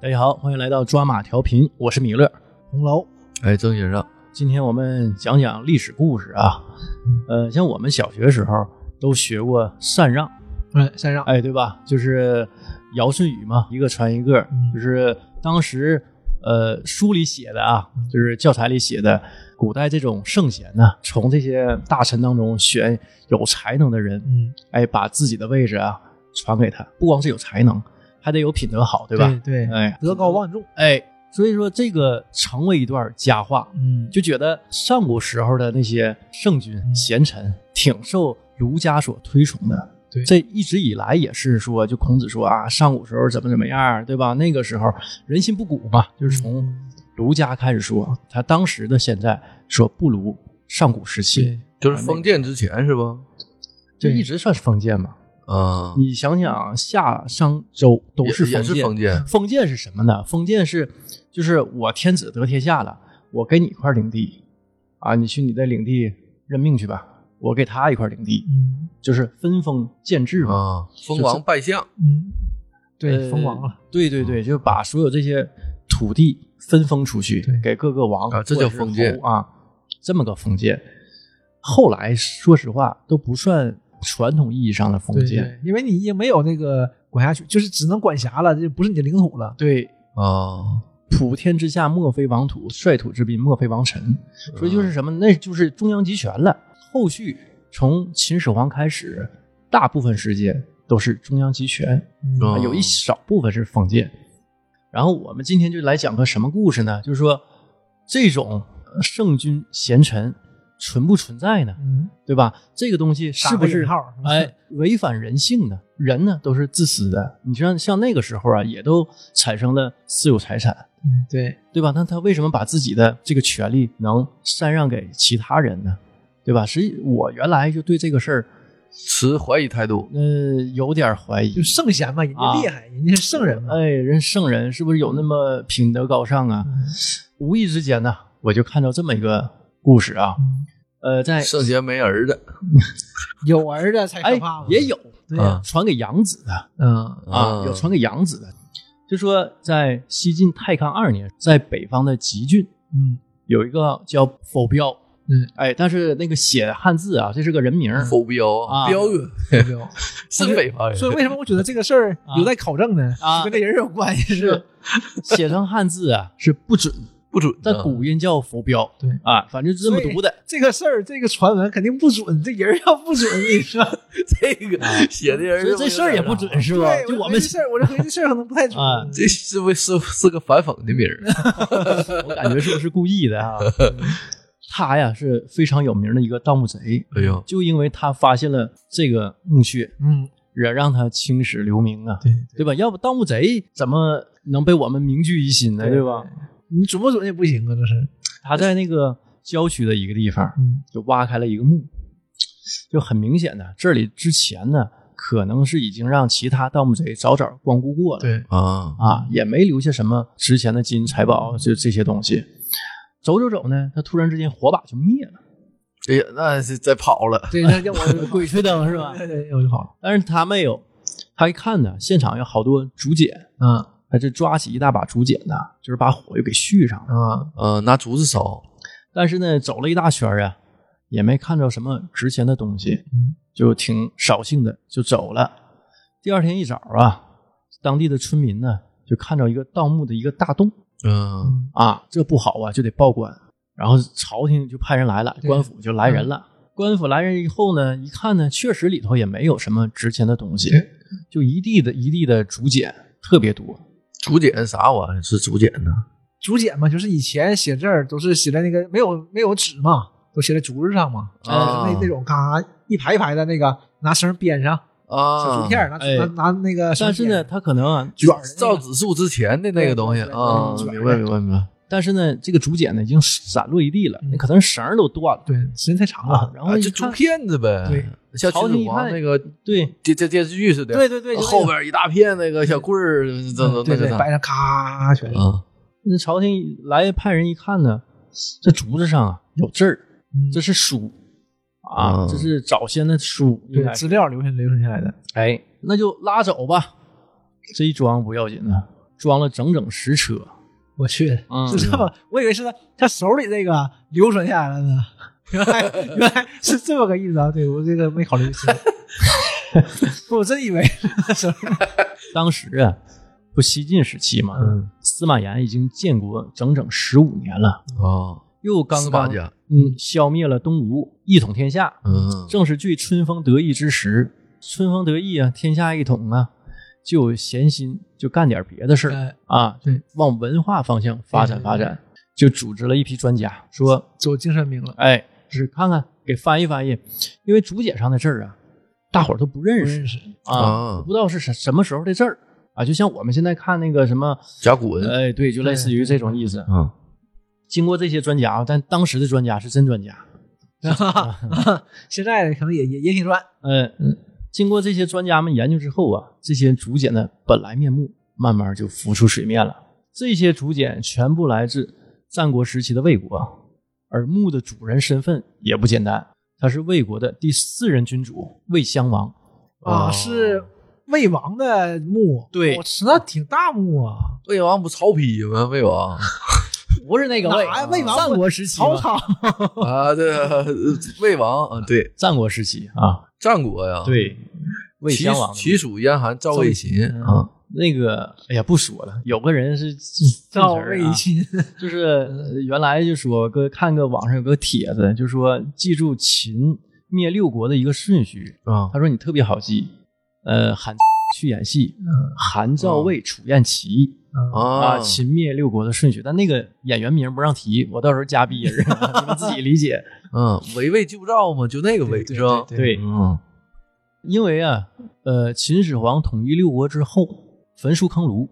大家好，欢迎来到抓马调频，我是米勒。红楼哎，曾先生，今天我们讲讲历史故事啊，嗯呃，像我们小学时候都学过禅让，哎，山上哎，对吧？就是尧舜禹嘛，一个传一个，嗯就是当时呃书里写的啊，嗯就是教材里写的，古代这种圣贤呢，从这些大臣当中选有才能的人，嗯，哎，把自己的位置啊传给他，不光是有才能，还得有品德好，对对嗯吧？对，哎德高望重，哎，所以说这个成为一段佳话，嗯，就觉得上古时候的那些圣君贤臣挺受儒家所推崇的。对这一直以来也是说，就孔子说啊，上古时候怎么怎么样，对吧？那个时候人心不古嘛，就是从嗯儒家开始说，他当时的现在说不如上古时期对，就是封建之前是不？就对一直算是封建嘛。啊，你想想，夏商周都也是也是封建，封建是什么呢？封建是就是我天子得天下了，我给你一块领地，啊，你去你的领地认命去吧，我给他一块领地，嗯就是分封建制嘛。啊，封王拜相，嗯，呃对，封王了，对对对，就把所有这些土地分封出去对，给各个王啊这或叫者是封建侯啊，这么个封建。后来说实话都不算传统意义上的封对建，对，因为你已经没有那个管辖区，就是只能管辖了，这不是你的领土了，对啊，普天之下莫非王土，率土之滨莫非王臣。啊所以就是什么，那就是中央集权了。后续从秦始皇开始，大部分时间都是中央集权，嗯哦啊有一少部分是封建。然后我们今天就来讲个什么故事呢？就是说，这种呃圣君贤臣存不存在呢？嗯，对吧？这个东西是不打个是引号？是吧哎，违反人性的人呢，都是自私的。你像像那个时候啊，也都产生了私有财产，嗯对，对吧？那他为什么把自己的这个权利能禅让给其他人呢？对吧？实际我原来就对这个事儿，持怀疑态度，呃，有点怀疑就。圣贤嘛，人家厉害，人家是圣人嘛，哎，人圣人是不是有那么品德高尚啊？嗯无意之间呢，我就看到这么一个故事啊，嗯呃，在圣贤没儿子有儿子才哎可怕嘛，也有对呀啊，传给养子的，嗯啊，有传给养子的，就说在西晋太康二年，在北方的吉郡嗯有一个叫否标，嗯，哎，但是那个写汉字啊，这是个人名儿，否标啊嗯标远对 不对是北方人，所以为什么我觉得这个事儿有待考证呢？啊就跟这人有关系是吧是写成汉字啊是不准，不准但啊古音叫浮标，对啊，反正是这么读的。这个事儿，这个传闻肯定不准，这人要不准，你说 这啊个写的人所以儿这事儿也不准是吧？对，就我我们这事儿，我这合计这事儿可能不太准啊这是不是是个反讽的名儿？ 我感觉是不是故意的啊？ 他呀是非常有名的一个盗墓贼，哎呦，就因为他发现了这个墓穴，嗯，也让他青史留名啊，对，对吧？要不盗墓贼怎么能被我们铭记于心呢？对对吧？你准不准也不行啊，这是，他在那个郊区的一个地方，嗯就挖开了一个墓，就很明显的，这里之前呢，可能是已经让其他盗墓贼早早光顾过了，对，啊啊，也没留下什么值钱的金银财宝，就这些东西。走走走呢，他突然之间火把就灭了，哎呀，那是再跑了， 对，那叫我鬼吹灯是吧？对对，我就好了，但是他没有，他一看呢，现场有好多竹简，啊他就抓起一大把竹简呢，就是把火又给续上了。啊，呃，拿竹子烧，但是呢，走了一大圈儿啊，也没看着什么值钱的东西，嗯就挺扫兴的，就走了。第二天一早啊，当地的村民呢就看到一个盗墓的一个大洞嗯，啊，这不好啊，就得报官。然后朝廷就派人来了，对官府就来人了。嗯官府来人以后呢，一看呢，确实里头也没有什么值钱的东西对，就一地的一地的竹简特别多。竹简啥玩意儿？是竹简呢？竹简嘛，就是以前写字儿都是写在那个没有没有纸嘛，都写在竹子上嘛，啊那那种嘎一排一排的那个拿绳编上小啊，竹片儿，拿哎拿拿那个绳但是呢，编他可能啊，卷儿的那造个纸术之前的那个东西对啊，对对明白明白明白。但是呢，这个竹简呢已经散落一地了，嗯那可能绳儿都断了对时间太长啊了。。然后啊一就看竹片子呗，对，像朝秦廷始一皇看那个对电电电视剧似的，对对对，就那啊后个边一大片那个小棍儿，这嗯都对那个对，啥摆上咔全是，啊，那朝廷来派人一看呢，这竹子上啊有字儿，嗯这是书啊，嗯这是早先的书，应对该是资料留下留存下来的。哎，那就拉走吧。这一装不要紧呢，装了整整十车，我去，嗯是这么，我以为是他他手里这个流传下来的呢， 原 来原来是这么个意思啊！对我这个没考虑清， 我真以为是当时啊，不西晋时期嘛，嗯司马炎已经建国整整十五年了，啊，又刚司马刚家，嗯消灭了东吴，一统天下，嗯正是据春风得意之时，春风得意啊，天下一统啊，就有闲心就干点别的事儿哎啊，对，往文化方向发展对对对发展，就组织了一批专家，说走精神病了，哎，只看看给翻译翻译，因为竹简上的字儿啊，大伙儿都不不认识认识，啊，啊不知道是什什么时候的字儿啊，就像我们现在看那个什么，甲骨文，哎，对，就类似于这种意思。嗯，经过这些专家啊，但当时的专家是真专家， 现在可能也也也挺乱，嗯嗯，经过这些专家们研究之后啊，这些竹简的本来面目慢慢就浮出水面了。这些竹简全部来自战国时期的魏国，而墓的主人身份也不简单，他是魏国的第四任君主魏襄王。啊，哦是魏王的墓，对我操，那挺大墓啊，魏王不曹丕吗？魏王不是那个哪魏，呀魏王战国时期曹嘛，操啊，对，呃魏王啊， 对，战国时期啊，战国呀，，对，魏齐襄王嗯齐蜀燕韩赵魏秦啊，那个，哎呀，不说了，有个人是 赵魏秦。秦，就是呃原来就说哥看个网上有个帖子，就说记住秦灭六国的一个顺序，啊他说你特别好记，呃，韩去演戏， 嗯韩赵魏楚燕齐嗯啊，啊，秦灭六国的顺序，但那个演员名不让提，我到时候加逼人， 你们自己理解。嗯，围魏救赵嘛，就那个魏对是吧？对对，嗯，因为啊，呃，秦始皇统一六国之后，焚书坑儒，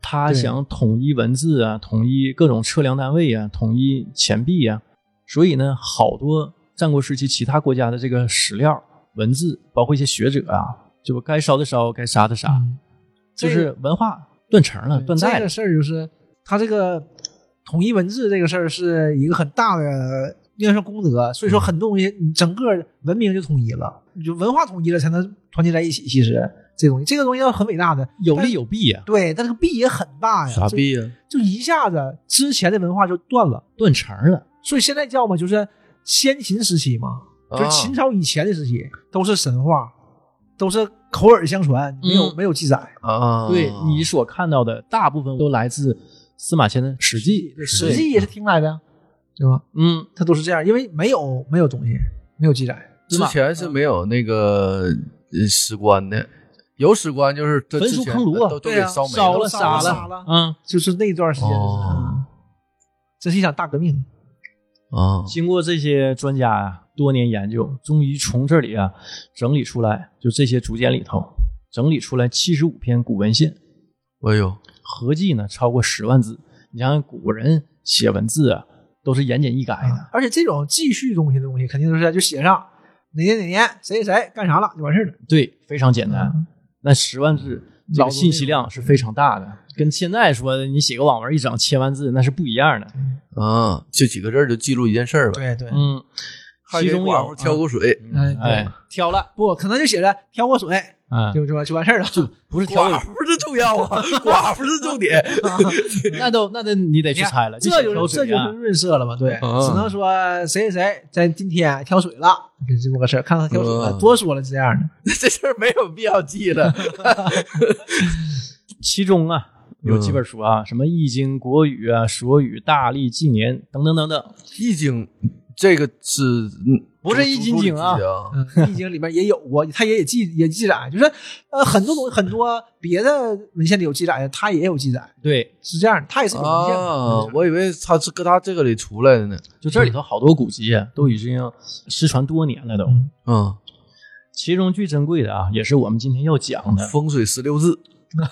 他对想统一文字啊，统一各种测量单位啊，统一钱币啊，所以呢，好多战国时期其他国家的这个史料、文字，包括一些学者啊，就该烧的烧，该杀的杀，嗯就这个是文化断层了，对断代这了个。事儿就是他这个统一文字这个事儿是一个很大的应该是功德，所以说很多东西你整个文明就统一了，你就文化统一了才能团结在一起。其实这东西，这个东西要很伟大的，有利有弊啊呀、对，但这个弊也很大呀，傻就逼呀，就一下子之前的文化就断了，断层了。所以现在叫嘛就是先秦时期嘛，就是啊秦朝以前的时期都是神话，都是口耳相传，没有、嗯没有记载。啊，对你所看到的大部分都来自司马迁的《史记》， 《史记》也是听来的，对吧？嗯，它都是这样，因为没有没有东西，没有记载。嗯对之吧前是没有那个呃史官的，有史官就是这焚之书前坑儒啊都都对给啊烧没烧了杀杀了了，嗯。就是那段时间就是，哦这是一场大革命。啊经过这些专家啊多年研究，终于从这里啊整理出来，就这些竹简里头整理出来七十五篇古文献，哎呦，合计呢超过十万字。你想想古人写文字啊，都是言简意赅的。啊而且这种记叙东西的东西，肯定都是就写上哪年哪年谁谁谁干啥了就完事儿了。啊对，非常嗯简单。那十万字这老个多信息量是非常大嗯的，跟现在说的你写个网文一整千万字那是不一样的。啊，就几个字儿就记录一件事儿呗，对对嗯，其中寡妇有嗯挑口水，哎哎挑了，不可能就写着挑过水，嗯，就就完就完事儿了。不是挑寡了，妇是重要啊，寡妇是重点， 那都那得你得去猜了。哎这就写就挑是这水就啊是润色了嘛？对，嗯只能说谁谁谁在今天挑水了，就这么个事儿。看看挑水了，嗯多说了这样的。这事儿没有必要记 了，其中啊有嗯几本书啊，什么《易经》《国语》啊，《说语》《大历纪年》等等等等。易经这个是嗯不是竹易筋经啊竹子记的嗯，《易经》里面也有过，它也也记也记载，就是呃很多东很多别的文献里有记载的，它也有记载，对，是这样的，它也是有文献的。哦啊，我以为他是搁他这个里出来的呢，就这里头好多古籍啊都已经失传多年了都。嗯嗯，其中最珍贵的啊，也是我们今天要讲的风水十六字，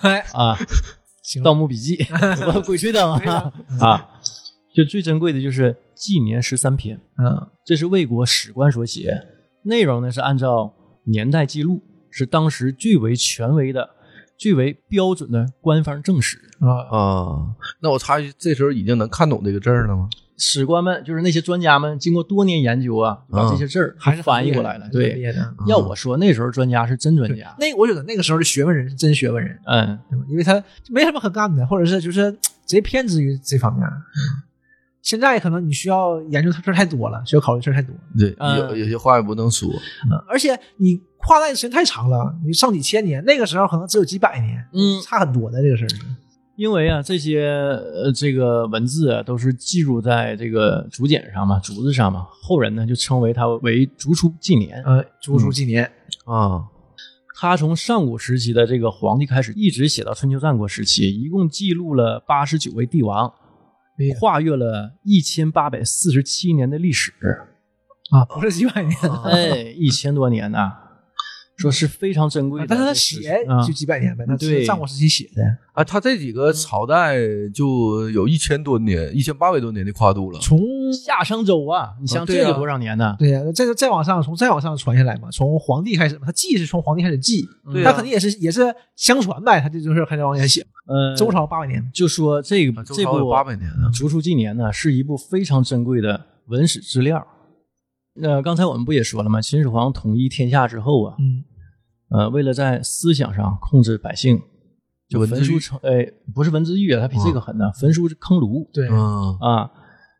哎，啊，《 行哎盗墓笔记》 什么《鬼吹灯》啊啊，就最珍贵的就是《纪年十三篇》，嗯这是魏国史官所写，内容呢是按照年代记录，是当时最为权威的最为标准的官方正史。啊，啊，那我插一句，这时候已经能看懂这个字儿了吗？史官们就是那些专家们，经过多年研究啊，把这些字儿还是翻译过来了。对对，，嗯要我说，那时候专家是真专家。那我觉得那个时候的学问人是真学问人，嗯，对吧？因为他没什么可干的，或者是就是贼偏执于这方面。嗯现在可能你需要研究的事儿太多了，需要考虑的事儿太多了，嗯对，嗯有有些话也不能说。而且你跨代时间太长了，你上几千年，那个时候可能只有几百年，嗯差很多的这个事儿。因为啊，这些呃这个文字啊，都是记录在这个竹简上嘛，竹子上嘛，后人呢就称为它为竹书纪年。呃，竹书纪年，啊，他从上古时期的这个皇帝开始，一直写到春秋战国时期，一共记录了八十九位帝王哎呀，跨越了一千八百四十七年的历史，啊，不是几百年， 哎，一千多年呐、说是非常珍贵的。但是他这是写啊就几百年呗，那是对战国时期写的，啊，他这几个嗯朝代就有一千多年、一千八百多年的跨度了。从夏商周啊，你啊想对这啊得多少年呢？对呀、再再往上，从再往上传下来嘛，从皇帝开始嘛，他记是从皇帝开始记，对他啊肯定也是也是相传呗，他这就是开始往下写。呃，周朝八百年，就说这个啊周这朝部有八百年呢《竹书纪年》呢，是一部非常珍贵的文史资料。那、刚才我们不也说了吗？秦始皇统一天下之后啊，嗯，呃，为了在思想上控制百姓，就文字焚书狱成，哎，不是文字狱啊，他比这个狠呢，焚书坑儒对嗯啊。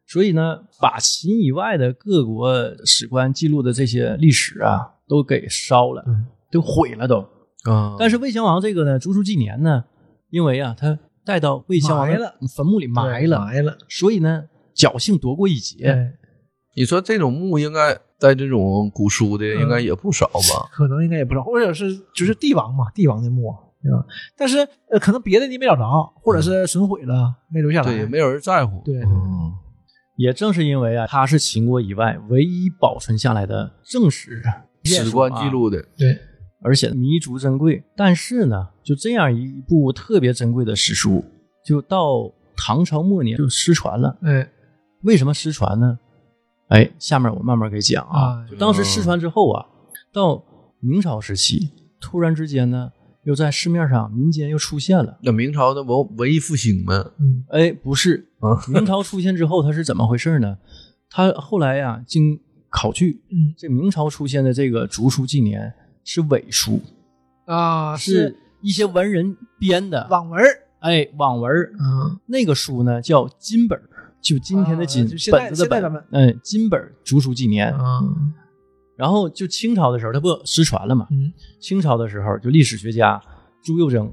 所以呢，把秦以外的各国史官记录的这些历史啊，都给烧了，嗯都毁了都。啊，但是魏襄王这个呢，竹书纪年呢，因为啊，他带到魏襄王埋的了坟墓里埋了，埋了，所以呢，侥幸躲过一劫。哎，你说这种墓应该在这种古书的应该嗯也不少吧？可能应该也不少，或者是就是帝王嘛，帝王的墓，啊对吧？但是呃，可能别的你没找着，或者是损毁了，没留下来。对，也没有人在乎。对嗯也正是因为啊，它是秦国以外唯一保存下来的正史啊 史官记，录的，对，而且弥足珍贵。但是呢，就这样一部特别珍贵的史书，就到唐朝末年就失传了。哎为什么失传呢？哎，下面我慢慢给讲啊。啊就当时失传之后啊，到明朝时期，突然之间呢，又在市面上民间又出现了。那明朝的文文艺复兴嘛，嗯，哎，不 是啊，明朝出现之后，它是怎么回事呢？它后来呀、经考据，嗯这明朝出现的这个竹书纪年是伪书，啊是一些文人编的，网文儿，哎，网文儿嗯，那个书呢叫金本儿，就今天的金，啊就现在本子的现在咱们本，嗯，金本儿竹书纪年。嗯然后就清朝的时候，它不失传了嘛？嗯清朝的时候，就历史学家朱佑樘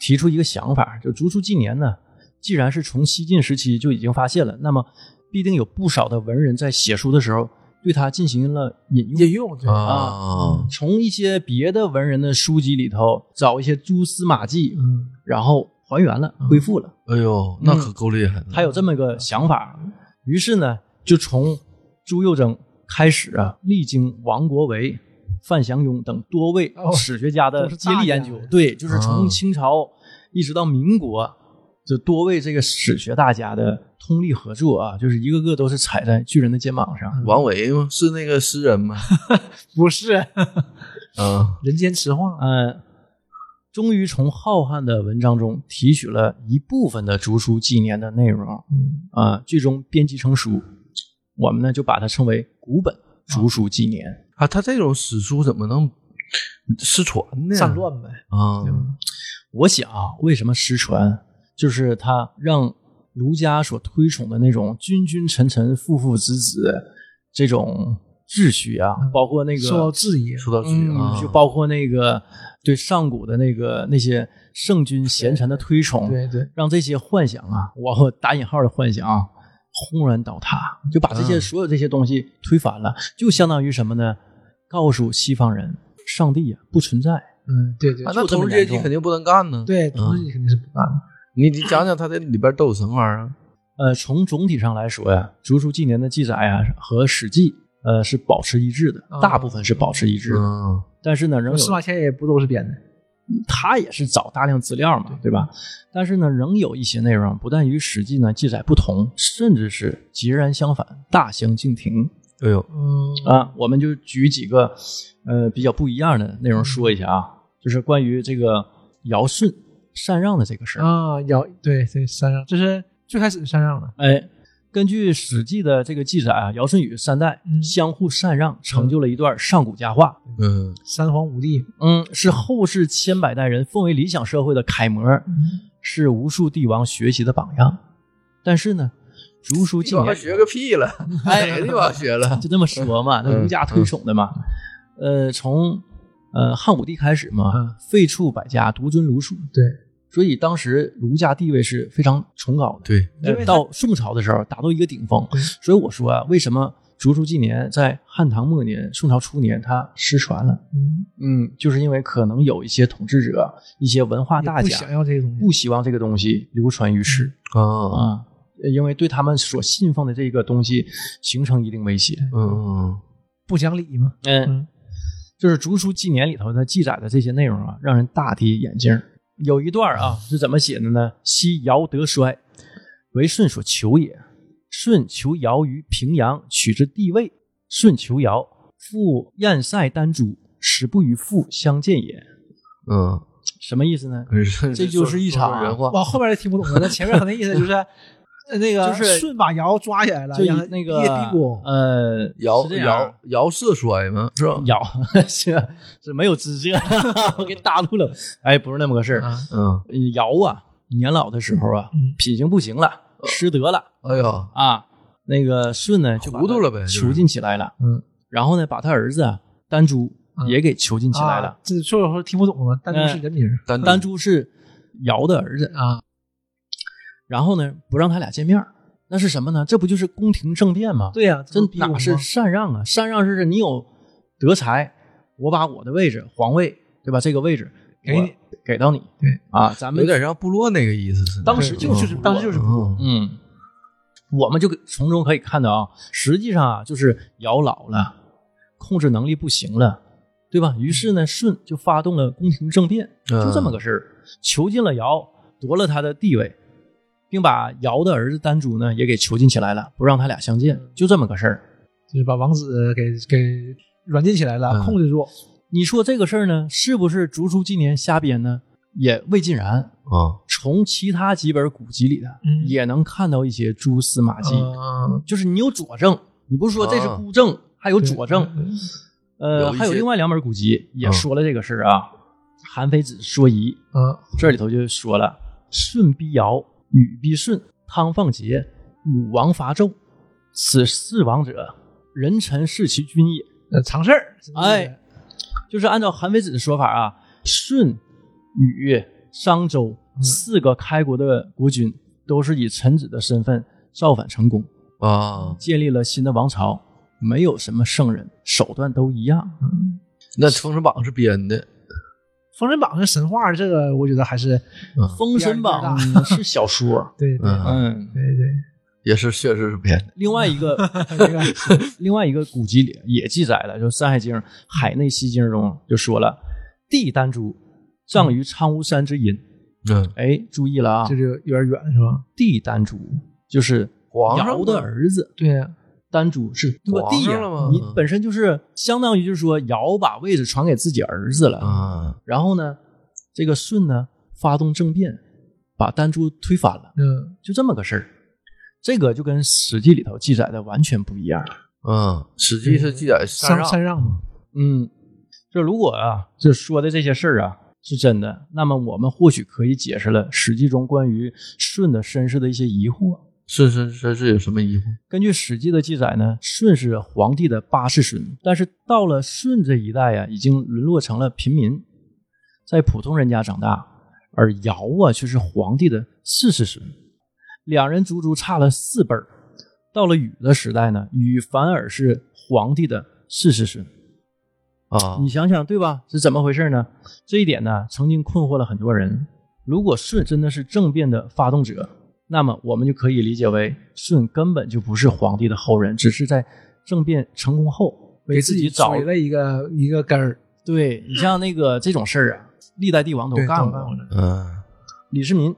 提出一个想法，就竹书纪年呢，既然是从西晋时期就已经发现了，那么必定有不少的文人在写书的时候对它进行了引用。引用对啊，从一些别的文人的书籍里头找一些蛛丝马迹，嗯然后还原了、恢复了，哎呦，那可够厉嗯害的。嗯他有这么个想法。于是呢，就从朱佑樘开始啊，历经王国维、范祥庸等多位哦史学家的都是接大力家研究，对，就是从啊清朝一直到民国，就多位这个史学大家的通力合作啊，就是一个个都是踩在巨人的肩膀上。王维吗？是那个诗 人吗？不是啊，人间词话，嗯，终于从浩瀚的文章中提取了一部分的竹书纪年的内容嗯啊、最终编辑成书。我们呢就把它称为古本竹书纪年。啊，他这种史书怎么能失传呢？散乱呗，啊对，吧我想啊，为什么失传，就是它让儒家所推崇的那种君君臣臣、父父子子这种秩序啊，包括那个受到质疑，嗯说到这里嗯啊，，就包括那个对上古的那个那些圣君贤臣的推崇，对对，让这些幻想啊，我打引号的幻想啊，轰然倒塌，就把这些嗯所有这些东西推翻了，就相当于什么呢？告诉西方人，上帝呀、啊不存在。嗯嗯对对啊，就那这么同志阶严级重肯定不能干呢。对，同时你肯定是不干的，你你讲讲他这里边都有什么玩意儿啊？呃，从总体上来说呀，《竹书纪年》的记载呀和《史记》呃是保持一致的，啊大部分是保持一致的，嗯，但是呢，仍司马有迁也不都是编的，他也是找大量资料嘛，对吧？但是呢，仍有一些内容不但与《史记呢》记载不同，甚至是截然相反，大相径庭。哎呦，嗯啊，我们就举几个呃比较不一样的内容说一下啊，就是关于这个尧舜禅让的这个事儿。啊，尧对对山上，这是最开始山上的，哎，根据《史记》的这个记载啊，尧舜禹三代嗯相互禅让，成就了一段上古佳话。嗯三皇五帝，嗯，是后世千百代人奉为理想社会的楷模，嗯是无数帝王学习的榜样。但是呢，嗯儒书你近往年学个屁了，哎，你往学 了，就这么说嘛，那儒家推崇的嘛。呃，从呃汉武帝开始嘛，废黜百家，独尊儒术，对，所以当时儒家地位是非常崇高的。对，因呃为它到宋朝的时候达到一个顶峰，所以我说啊，为什么竹书纪年在汉唐末年、宋朝初年它失传了？嗯，嗯，就是因为可能有一些统治者、一些文化大也不家想要这个东西，不希望这个东西流传于世啊，嗯啊，因为对他们所信奉的这个东西形成一定威胁。嗯嗯不讲理嘛，嗯，嗯就是竹书纪年里头它记载的这些内容啊，让人大跌眼镜。有一段啊是怎么写的呢？昔尧得衰，为舜所求也。舜求尧于平阳，取之地位。舜求尧，复宴塞丹朱，使不与父相见也。嗯什么意思呢？嗯，这就是一场说说人话，往后边就听不懂了，那前面可能意思 就是。呃那个就是舜把尧抓起来了，就以让他那逼哎也个逼不过呃，尧是这样尧尧是衰吗？是吧？ 尧是是没有资格， 我给打住了。哎，不是那么个事儿。啊，嗯，尧啊，年老的时候啊，嗯哦品行不行了，失德了哎呀，啊。那个舜呢，就把他糊涂了呗就是囚禁起来了。嗯，然后呢，把他儿子啊丹朱嗯也给囚禁起来啊了。这说有时候听不懂了，但就是嗯人名儿丹丹朱是尧的儿子，啊，然后呢，不让他俩见面儿，那是什么呢？这不就是宫廷政变吗？对呀，这不逼我哪吗是禅让啊？禅让是你有德才，我把我的位置皇位，对吧？这个位置给你我给到你，对嗯啊，咱们有点像部落那个意思似的。当时就是对部落当时就是部落嗯嗯，我们就从中可以看到啊，实际上啊，就是尧老了，控制能力不行了，对吧？于是呢，舜就发动了宫廷政变，嗯就这么个事儿，囚禁了尧，夺了他的地位，并把尧的儿子丹朱呢也给囚禁起来了，不让他俩相见，就这么个事儿。就是把王子给给软禁起来了，嗯控制住，你说这个事儿呢，是不是竹书纪年瞎编呢？也未尽然。啊，从其他几本古籍里的，嗯也能看到一些蛛丝马迹。啊，就是你有佐证，你不是说这是孤证，还有佐证。嗯呃，啊有一些嗯还有另外两本古籍也说了这个事儿啊，韩非子说疑》啊，这里头就说了：舜逼尧，禹逼舜，汤放桀，武王伐纣，此四王者，人臣视其君也。呃常事儿，是不是哎，就是按照韩非子的说法啊，舜、禹、商周四个开国的国君都是以臣子的身份造反成功。啊，建立了新的王朝，没有什么圣人，手段都一样。嗯那《封神榜》是编的，嗯封神榜是神话，这个我觉得还是《封神榜》 是小说，对对嗯嗯，对对，也是确实是编的。另外一个另外一个古籍里也记载了，就《山海经·海内西经》中就说了，帝丹朱葬于苍梧山之阴。嗯，哎，注意了啊这，就有点远是吧？帝丹朱就是皇上尧的吗儿子。对呀，丹朱是对吧皇帝上呀了吗你本身就是相当于就是说尧把位置传给自己儿子了啊，然后呢，这个舜呢发动政变，把丹朱推翻了，嗯，就这么个事儿。这个就跟《史记》里头记载的完全不一样。嗯，《史记》是记载禅山让，山让嘛，嗯，就如果啊，这说的这些事儿啊是真的，那么我们或许可以解释了《史记》中关于舜的身世的一些疑惑。是是是是有什么疑惑？根据《史记》的记载呢，舜是皇帝的八世孙，但是到了舜这一代啊，已经沦落成了平民，在普通人家长大，而尧啊却是皇帝的四世孙，两人足足差了四辈儿。到了禹的时代呢，禹反而是皇帝的四世孙，啊，你想想对吧？是怎么回事呢？这一点呢，曾经困惑了很多人。如果舜真的是政变的发动者，那么我们就可以理解为舜根本就不是皇帝的后人，只是在政变成功后为给自自己找毁了一个一个根儿，对你像那个这种事儿啊，历代帝王都对干都过。的嗯李世民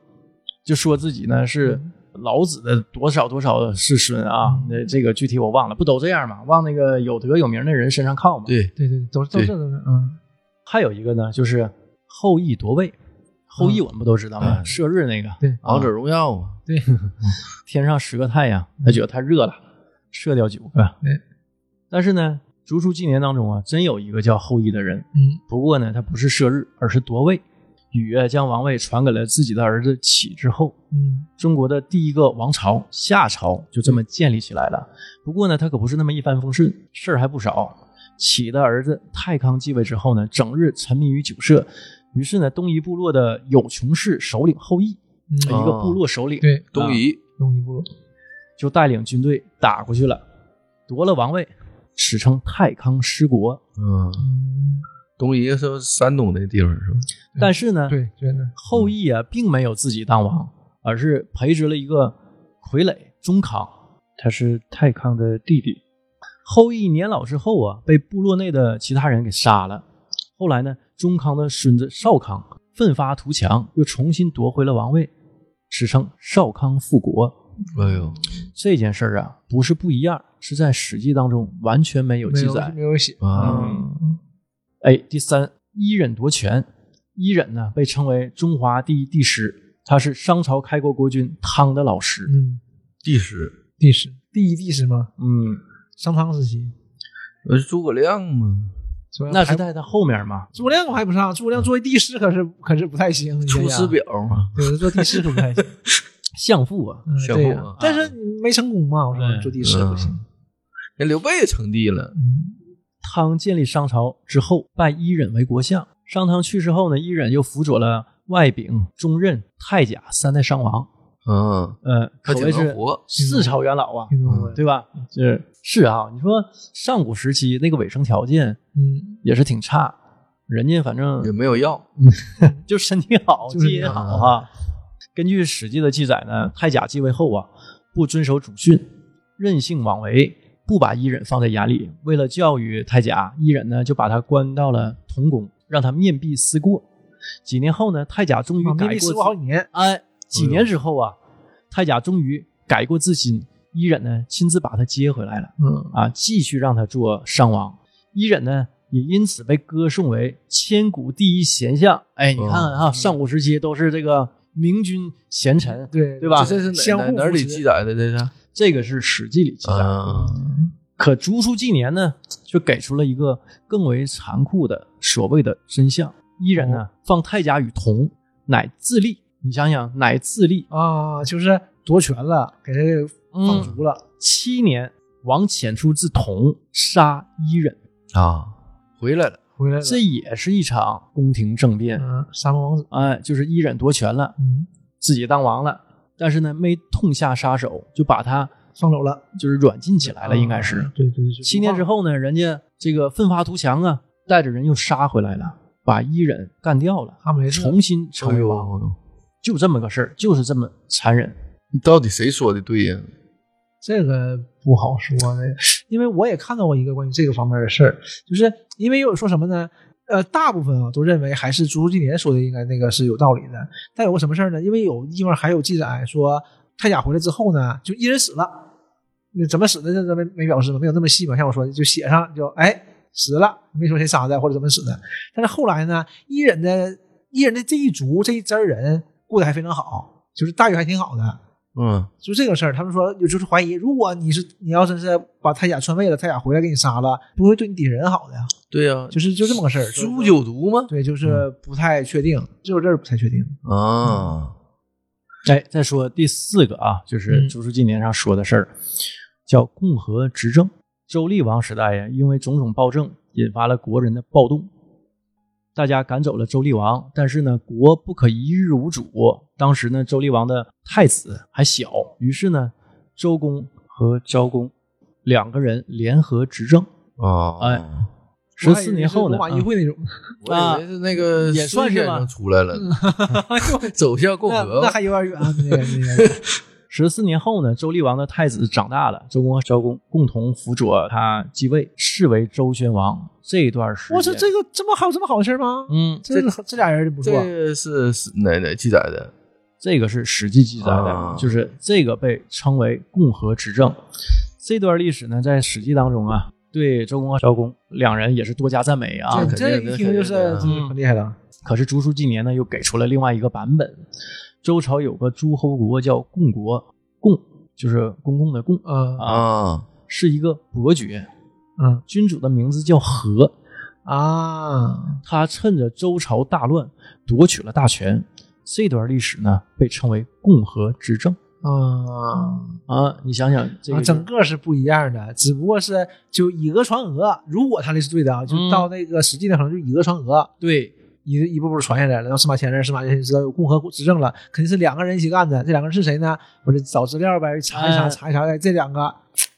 就说自己呢是嗯老子的多少多少世孙啊，那这个具体我忘了，不都这样吗？往那个有德有名的人身上靠吗？对，对对，都都对这都是嗯还有一个呢，就是后羿夺位。后羿我们不都知道吗？嗯射日那个，对啊王者荣耀嘛，对，天上十个太阳，他觉得太热了，嗯射掉九个。对，但是呢，竹书纪年当中啊，真有一个叫后羿的人，嗯，不过呢，他不是射日，而是夺位。禹啊将王位传给了自己的儿子启之后，嗯中国的第一个王朝夏朝就这么建立起来了。不过呢，他可不是那么一帆风顺，事儿还不少。启的儿子太康继位之后呢，整日沉迷于酒色，于是呢，东夷部落的有穷氏首领后羿，一嗯，啊个部落首领，对，东夷东夷部落，就带领军队打过去了，夺了王位，史称太康失国。嗯，嗯，东夷是山东那地方是吧？嗯但是呢，对，真的，后羿啊，并没有自己当王，而是培植了一个傀儡中康，他是太康的弟弟。后羿年老之后啊，被部落内的其他人给杀了。后来呢，中康的孙子少康奋发图强，又重新夺回了王位，史称少康复国。哎呦，这件事儿啊，不是不一样，是在《史记》当中完全没有没记有载没。有写，啊，嗯，哎，第三，伊忍夺权。伊忍呢，被称为中华第一帝师，他是商朝开国国君汤的老师。嗯，帝师，帝师，第一帝师嘛，嗯，商汤时期，呃，诸葛亮嘛，是吧那是还在他后面嘛？诸葛亮我还不上，诸葛亮作为帝师可是可是不太行，你想出想师，表嘛，对，做帝师可不太行，相父啊，嗯相对互呀啊，但是你没成功嘛，我说对做帝师不行，人刘备也称帝了，嗯汤建立商朝之后，拜伊忍为国相。商汤去世后呢，伊忍又辅佐了外丙、中任、太甲三代商王，嗯，呃，可他谓挺是能活，四朝元老啊，听懂了，对吧？是是啊，你说上古时期那个卫生条件嗯，也是挺差，人家反正也没有药，就身体好，就是记忆好啊。根据《史记》的记载呢，太甲继位后啊，不遵守主训，任性妄为，不把伊忍放在眼里。为了教育太甲，伊忍呢就把他关到了童宫，让他面壁思过。几年后呢，太甲终于啊改过面壁自思过好几年，哎，几年之后啊，太甲终于改过自新，伊忍呢亲自把他接回来了。嗯啊，继续让他做商王。伊忍呢，也因此被歌颂为千古第一贤相。哎，你看看啊，上古时期都是这个明君贤臣，对对吧这是哪相哪互哪里记载的？这是这个是《史记》里记载。啊，可竹书纪年呢，就给出了一个更为残酷的所谓的真相：伊忍呢，放太甲与同，乃自立。你想想，乃自立啊，就是夺权了，给他给放嗯逐了，七年，王遣出自同，杀伊忍。啊，回来了，回来了，这也是一场宫廷政变。嗯，沙漠王子，哎，就是伊忍夺权了，嗯，自己当王了，但是呢，没痛下杀手，就把他放走了，就是软禁起来了，应该是啊。对对对，七年之后，后呢，人家这个奋发图强啊，带着人又杀回来了，把伊忍干掉了，他没事，重新成哎为呦王，就这么个事儿，就是这么残忍。你到底谁说的对呀？这个不好说的，因为我也看到过一个关于这个方面的事儿，就是因为有说什么呢？呃，大部分啊都认为还是朱纪年说的应该那个是有道理的，但有个什么事儿呢？因为有地方还有记载说太甲回来之后呢，就一人死了，那怎么死的？这咱没没表示嘛，没有那么细嘛。像我说的，就写上就哎死了，没说谁杀的或者怎么死的。但是后来呢，伊人的伊人的这一族这一支儿人过得还非常好，就是待遇还挺好的。嗯，就这个事儿，他们说有就是怀疑，如果你是你要真是把太甲篡位了，太甲回来给你杀了，不会对你敌人好的呀。对呀，就是就这么个事儿。诛九族吗？对，就是不太确定，就是这儿不太确定。啊，哎，再说第四个啊，就是《嗯竹书纪年》上说的事儿，叫共和执政。周厉王时代呀，因为种种暴政，引发了国人的暴动，大家赶走了周厉王，但是呢，国不可一日无主。当时呢，周厉王的太子还小，于是呢，周公和昭公两个人联合执政。啊，哎，十四年后呢，我还以为是罗马议会那种，我以为是那个也算是吧孙先生出来了， 嗯哎走向共那和那还有点远。啊那个那个，十四年后呢，周厉王的太子长大了，周公和昭公共同辅佐他继位，是为周宣王。这一段时间，我说这个这么好这么好的事儿吗？嗯，这个这俩人真不错。这是是哪哪记载的？这个是《史记》记载的，啊就是这个被称为共和执政。这段历史呢，在《史记》当中啊，对周公和昭公两人也是多加赞美啊这。这肯定一听就是嗯这肯定很厉害的。可是竹书纪年呢，又给出了另外一个版本。周朝有个诸侯国叫共国，共就是公共的共，嗯啊，是一个伯爵，嗯君主的名字叫和。啊，他趁着周朝大乱夺取了大权，这段历史呢被称为共和执政啊，啊。你想想这个啊，就整个是不一样的，只不过是就以讹传讹。如果他这是对的啊，就嗯到那个实际的可能就以讹传讹，对一一步步传下来了。然后司马迁这，司马迁知道有共和执政了，肯定是两个人一起干的。这两个人是谁呢？我就找资料呗，查一查，哎查一查呗。这两个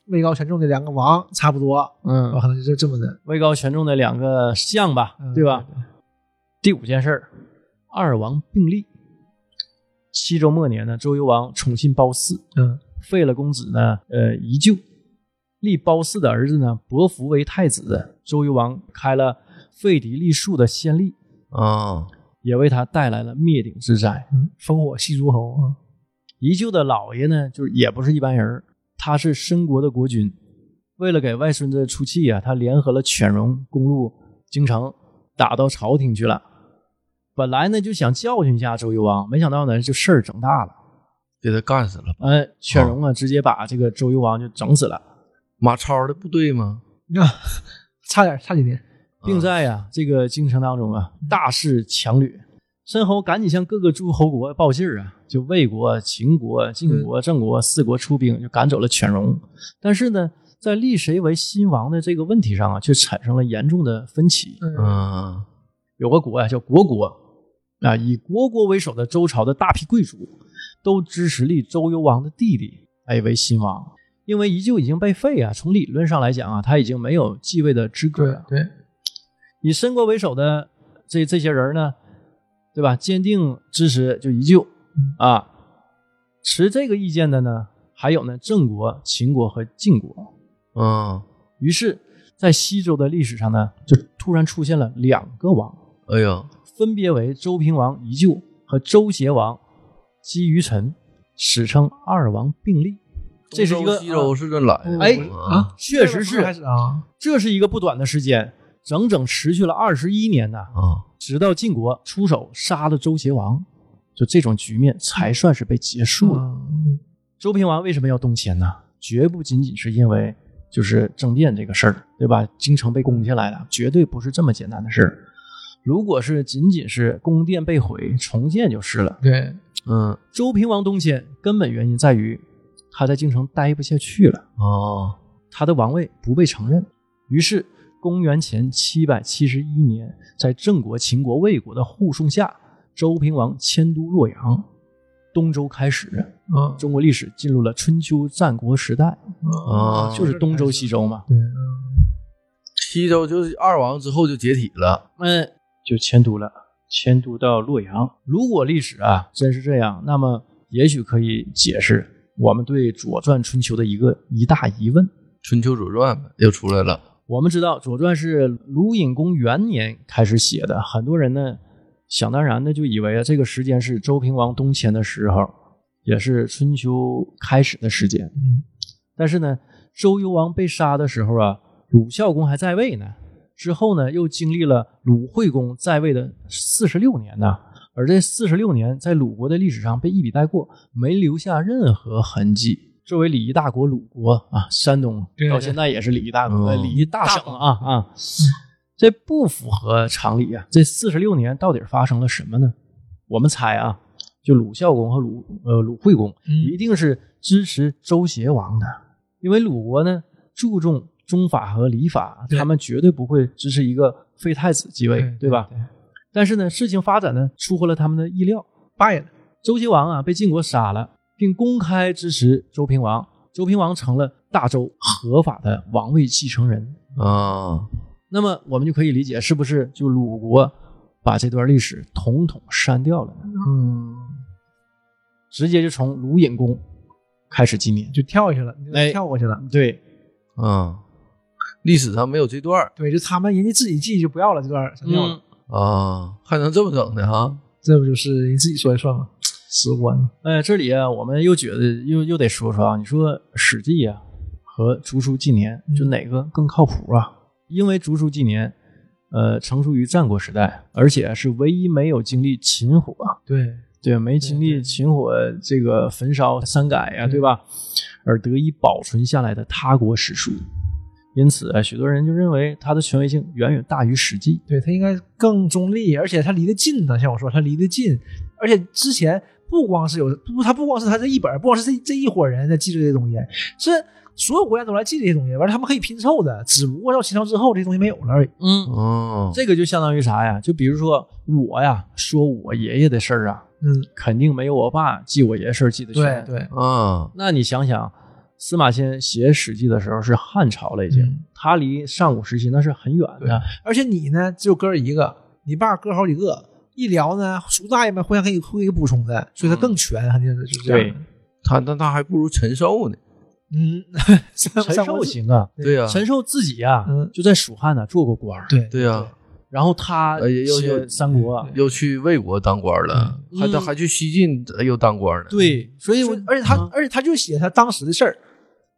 位高权重的两个王差不多，我嗯，可能就这么的，位高权重的两个相吧，嗯对吧？？第五件事儿，二王并立。西周末年呢，周幽王宠信褒姒，嗯废了公子呢，呃，宜臼，立褒姒的儿子呢，伯服为太子。周幽王开了废嫡立庶的先例，啊，也为他带来了灭顶之灾。嗯，烽火戏诸侯嗯啊，宜臼的姥爷呢，就是也不是一般人儿，他是申国的国君。为了给外孙子出气啊，他联合了犬戎攻入京城，打到朝廷去了。本来呢就想教训一下周幽王，没想到呢就事儿整大了。给他干死了吧？呃，犬戎啊直接把这个周幽王就整死了，马超的部队吗？你看，差点差几年，并在呀、这个京城当中啊嗯大肆强掠。申侯赶紧向各个诸侯国报信儿啊，就魏国、秦国、嗯晋国、郑国四国出兵，就赶走了犬戎。但是呢，在立谁为新王的这个问题上啊，却产生了严重的分歧。嗯嗯有个国呀、叫国国啊，以国国为首的周朝的大批贵族都支持立周幽王的弟弟哎为新王，因为依旧已经被废啊，从理论上来讲啊，他已经没有继位的资格对啊了。对，以申国为首的这这些人呢，对吧？坚定支持就依旧嗯啊，持这个意见的呢，还有呢郑国、秦国和晋国。嗯，于是，在西周的历史上呢，就突然出现了两个王，哎呀，分别为周平王宜臼和周邪王姬于臣，史称二王并立。这是一个东周西周是这来的，哎啊，确实开是，始啊，这是一个不短的时间，整整持续了二十一年呐。啊，直到晋国出手杀了周邪王，就这种局面才算是被结束了。嗯周平王为什么要动迁呢？绝不仅仅是因为就是政变这个事儿，对吧？京城被攻下来了，绝对不是这么简单的事儿。如果是仅仅是宫殿被毁，重建就是了。对，嗯周平王东迁，根本原因在于他在京城待不下去了，啊，他的王位不被承认。于是，公元前七百七十一年，在郑国、秦国、魏国的护送下，周平王迁都洛阳。东周开始，嗯中国历史进入了春秋战国时代，啊就是东周、西，周嘛。对，西周就是二王之后就解体了，嗯，就迁都了，迁都到洛阳。如果历史啊真是这样，那么也许可以解释我们对《左传》春秋的一个一大疑问。 《春秋左传》又出来了，我们知道《左传》是鲁隐公元年开始写的，很多人呢想当然的就以为啊这个时间是周平王东迁的时候，也是春秋开始的时间。嗯但是呢，周幽王被杀的时候啊，鲁孝公还在位呢。之后呢，又经历了鲁惠公在位的四十六年呢。而这四十六年在鲁国的历史上被一笔带过，没留下任何痕迹。作为礼仪大国鲁国啊，山东对哦到现在也是礼仪大国、嗯礼仪大省啊啊，这不符合常理啊！这四十六年到底发生了什么呢？我们猜啊，就鲁孝公和鲁呃鲁惠公一嗯定是支持周邪王的，因为鲁国呢注重宗法和礼法，对他们绝对不会支持一个废太子继位，对对吧？但是呢，事情发展呢出乎了他们的意料，败了，周邪王啊被晋国杀了，并公开支持周平王，周平王成了大周合法的王位继承人。啊，那么我们就可以理解，是不是就鲁国把这段历史统统删掉了呢，嗯，直接就从鲁隐公开始纪念？就跳下去了，就哎跳过去了。对，嗯，历史上没有这段儿对，就他们人家自己记就不要了这段儿删掉了，嗯，啊，还能这么整的哈？这不就是人自己说了算吗？史官呃，这里啊，我们又觉得又又得说说啊，你说《史记》啊和《竹书纪年》，就嗯哪个更靠谱啊？因为《竹书纪年》呃，成熟于战国时代，而且是唯一没有经历秦火，对，对，嗯没经历秦火这个焚烧三改啊呀、对吧？而得以保存下来的他国史书，因此呃许多人就认为它的权威性远远大于《史记》。对他应该更中立，而且他离得近呢。像我说，他离得近，而且之前不光是有不，他不光是他这一本儿，不光是这这一伙人在记这些东西，是所有国家都来记这些东西，完了他们可以拼凑的，只不过到秦朝之后这些东西没有了而已。嗯，哦，这个就相当于啥呀？就比如说我呀，说我爷爷的事儿啊，嗯，肯定没有我爸记我爷爷事儿记得对全。，对，啊，那你想想，司马迁写《史记》的时候是汉朝了，已经，嗯他离上古时期那是很远的。而且你呢，只有哥儿一个，你爸哥好几个，一聊呢，叔大爷们互相给你会给补充的，所嗯以他更全，肯定是就是这样。他那他还不如陈寿呢。嗯， 陈三寿国行啊，对呀，陈寿自己呀、嗯就在蜀汉呢做过官儿，对对呀，然后他呃也有写有三国啊，又去魏国当官了，嗯还他嗯还去西晋呃又当官呢。对，所以所我以而且他、嗯而且他就写他当时的事儿，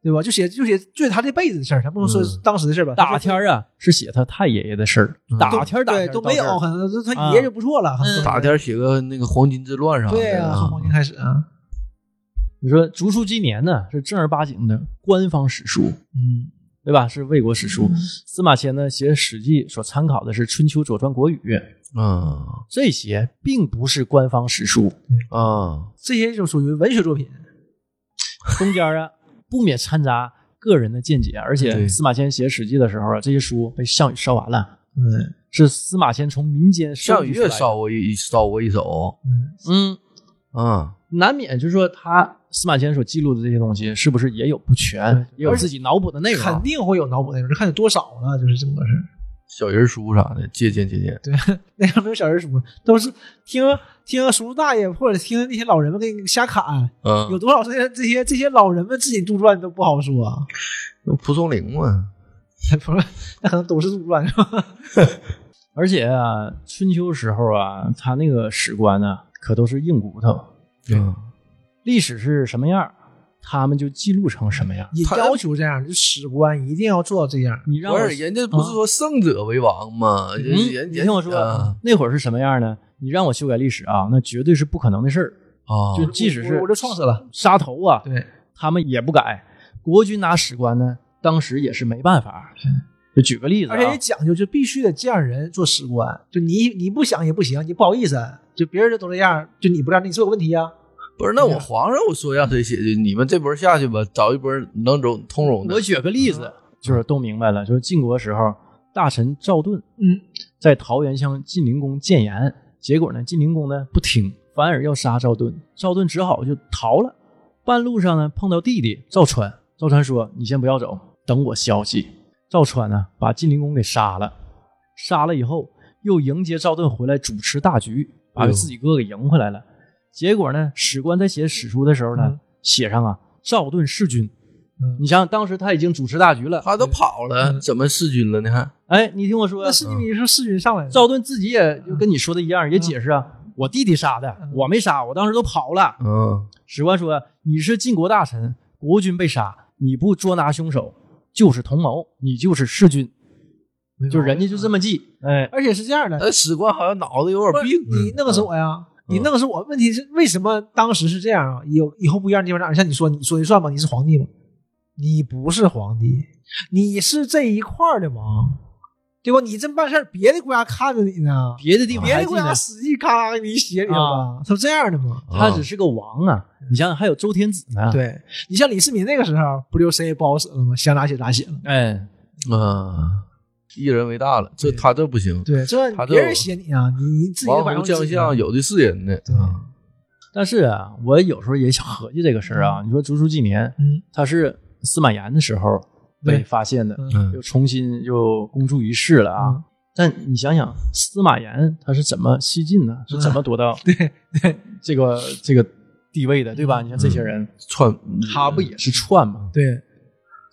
对吧？就写就写就是他这辈子的事儿，咱不能说是当时的事儿吧？嗯打天儿啊是写他太爷爷的事儿，嗯打天儿打对天儿都到没这儿嗯有，可能是他爷就不错了，可能打天儿写个那个黄巾之乱啥的。对啊，嗯从黄金开始啊，你说竹书纪年呢是正儿八经的官方史书，嗯，对吧？是魏国史书。司马迁呢写《史记》所参考的是《春秋左传》《国语》，嗯这些并不是官方史 书，啊，这些就属于文学作品，中间啊不免掺杂个人的见解，而且对司马迁写《史记》的时候啊，这些书被项羽烧完了。嗯是司马迁从民间收项集羽出来也的烧过一烧过一手。嗯，嗯，啊，难免就是说他司马迁所记录的这些东西，是不是也有不全，也有自己脑补的内容？肯定会有脑补内容，就看有多少了，就是这么个事儿。小人书啥的，借鉴借鉴。 那上没有小人书，都是听听叔叔大爷或者听那些老人们给你瞎侃，嗯有多少这些这些这些老人们自己杜撰都不好说啊。有蒲松龄嘛，不是，那可能都是杜撰是吧？ 而且啊，春秋时候啊，他那个史官呢、可都是硬骨头，嗯，历史是什么样，他们就记录成什么样。也他要求这样，就史官一定要做到这样。你让不我啊是，人家不是说胜者为王吗？嗯人人你听我说，啊那会儿是什么样呢？你让我修改历史啊，那绝对是不可能的事儿。啊就即使我是我我就创死了，杀头啊，对，他们也不改。国君拿史官呢，当时也是没办法。就举个例子、啊，嗯而且也讲究，就必须得这样人做史官。就你你不想也不行，你不好意思，啊就别人都这样，就你不这样，你是有问题哎呀、不是，那我皇上我说让谁写去？你们这波下去吧，找一波能容通融的我。举个例子，就是都明白了，就是晋国时候，大臣赵盾嗯，在桃源乡晋灵公谏言，结果呢，晋灵公呢不听，反而要杀赵盾，赵盾只好就逃了。半路上呢，碰到弟弟赵川，赵川说：“你先不要走，等我消息。”赵川呢，把晋灵公给杀了，杀了以后，又迎接赵盾回来主持大局，把哎呦自己哥给迎回来了。结果呢，史官在写史书的时候呢，嗯写上啊赵盾弑君。嗯你想想，当时他已经主持大局了，他都跑了，怎么弑君了呢？还哎，你听我说那，是你说世君上来了，赵盾自己也就跟你说的一样，也解释啊，我弟弟杀的嗯，我没杀，我当时都跑了。嗯史官说你是晋国大臣，国君被杀，你不捉拿凶手就是同谋，你就是弑君，嗯就人家就这么记。哎，而且是这样的，那史官好像脑子有点病。你弄的嗯是我哎呀，你弄的是我。问题是为什么当时是这样啊？有以后不一样的地方在哪？像你说，你说的算吗？你是皇帝吗？你不是皇帝，你是这一块儿的王，对吧？你这么办事儿，别的国家看着你呢，别的地方别还的记国家呢，使劲咔给你写里头啊了，他、是这样的吗？他只是个王啊。你想想，还有周天子啊呢。，嗯对你像李世民那个时候，不就谁也不好使了吗？想咋写咋写了。哎，啊，一人为大了，这他这不行。对，这他就别人写你啊，你你自己王晚上侯将相有的是人呢。对啊但是啊，我有时候也合计这个事儿啊。你说竹书纪年，嗯，他是司马炎的时候对被发现的，嗯嗯又重新又公诸于世了啊。嗯但你想想，司马炎他是怎么西晋呢？是怎么夺到对嗯对 嗯这个这个地位的，对吧？你看这些人，篡他不也是篡吗？对，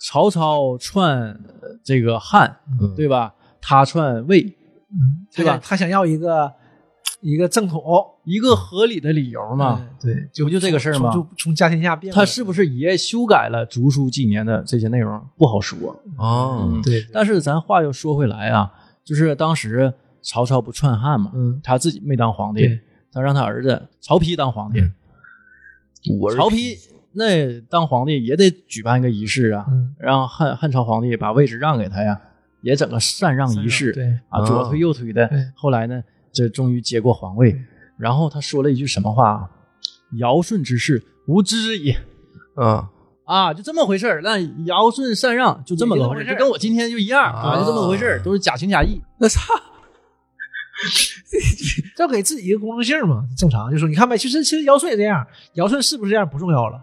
曹操篡呃这个汉，嗯对吧？他篡魏，嗯，对吧他想他想要一个一个正统一个合理的理由啊嘛。嗯对，就不就这个事儿吗就从家天下变了。他是不是也修改了竹书纪年的这些内容？不好说。啊嗯对？对，但是咱话又说回来啊，就是当时曹操不篡汉嘛，嗯他自己没当皇帝对，他让他儿子曹丕当皇帝。嗯我是曹丕那当皇帝也得举办一个仪式啊，嗯，让汉汉朝皇帝把位置让给他呀，也整个禅让仪式，嗯对，啊，哦左推右推的对。后来呢，这终于接过皇位，然后他说了一句什么话啊？尧舜之事，无知也。啊，啊，就这么回事儿。那尧舜禅让就这么个回事儿，也就这么回事儿就跟我今天就一样啊，啊就这么回事儿，都是假情假意。那操，这给自己一个公正性嘛，正常。就说你看呗，其实其实尧舜也这样，尧舜是不是这样不重要了，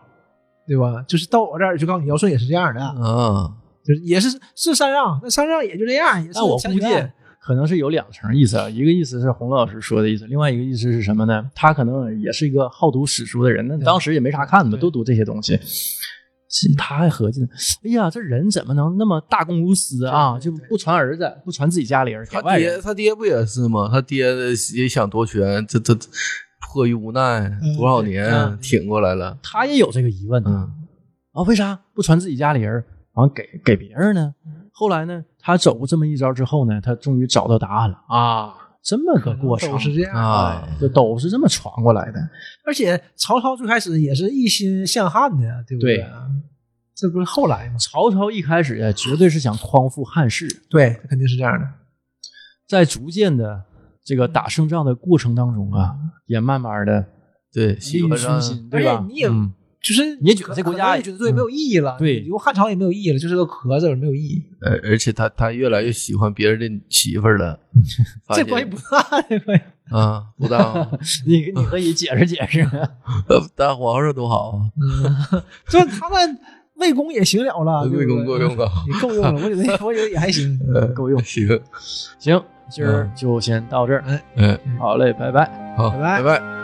对吧？就是到我这儿就告诉你，尧舜也是这样的，嗯嗯啊，就是也是是禅让，那禅让也就这样。也是但我强估计权可能是有两层意思啊，一个意思是洪老师说的意思，另外一个意思是什么呢？他可能也是一个好读史书的人，那对当时也没啥看的，对都读这些东西。是他还合计呢，哎呀，这人怎么能那么大公无私啊？对就对对不传儿子，不传自己家里人，给他外爹人。他爹不也是吗？他爹也想夺权，这这迫于无奈，多少年啊嗯挺过来了，他也有这个疑问呢。嗯啊，为啥不传自己家里人，完给给别人呢？嗯后来呢，他走过这么一招之后呢，他终于找到答案了啊，这么个过程都是这样。哎啊，就都是这么传过来的。而且曹操最开始也是一心向汉的，对不啊对这不是后来吗？曹操一开始呀，绝对是想匡复汉室，对，肯定是这样的。在逐渐的这个打胜仗的过程当中啊，也慢慢的对，利基欲本熏上心，而对且吧？你也、嗯就是你也觉得这国家可能也觉得对没有意义了，对你留汉朝也没有意义了，就是个壳子没有意义。而呃而且他他越来越喜欢别人的媳妇儿了，发 这现关系不大， 这 关系啊不 大，你你可以解释解释， 呃当皇上多好啊，嗯就是他们魏公也行了了，魏公够用了，啊，也够用了。我 觉得我觉得也还行。够用。呃行，行，今儿就先到这儿，哎嗯，好嘞，拜拜。好，拜拜拜拜。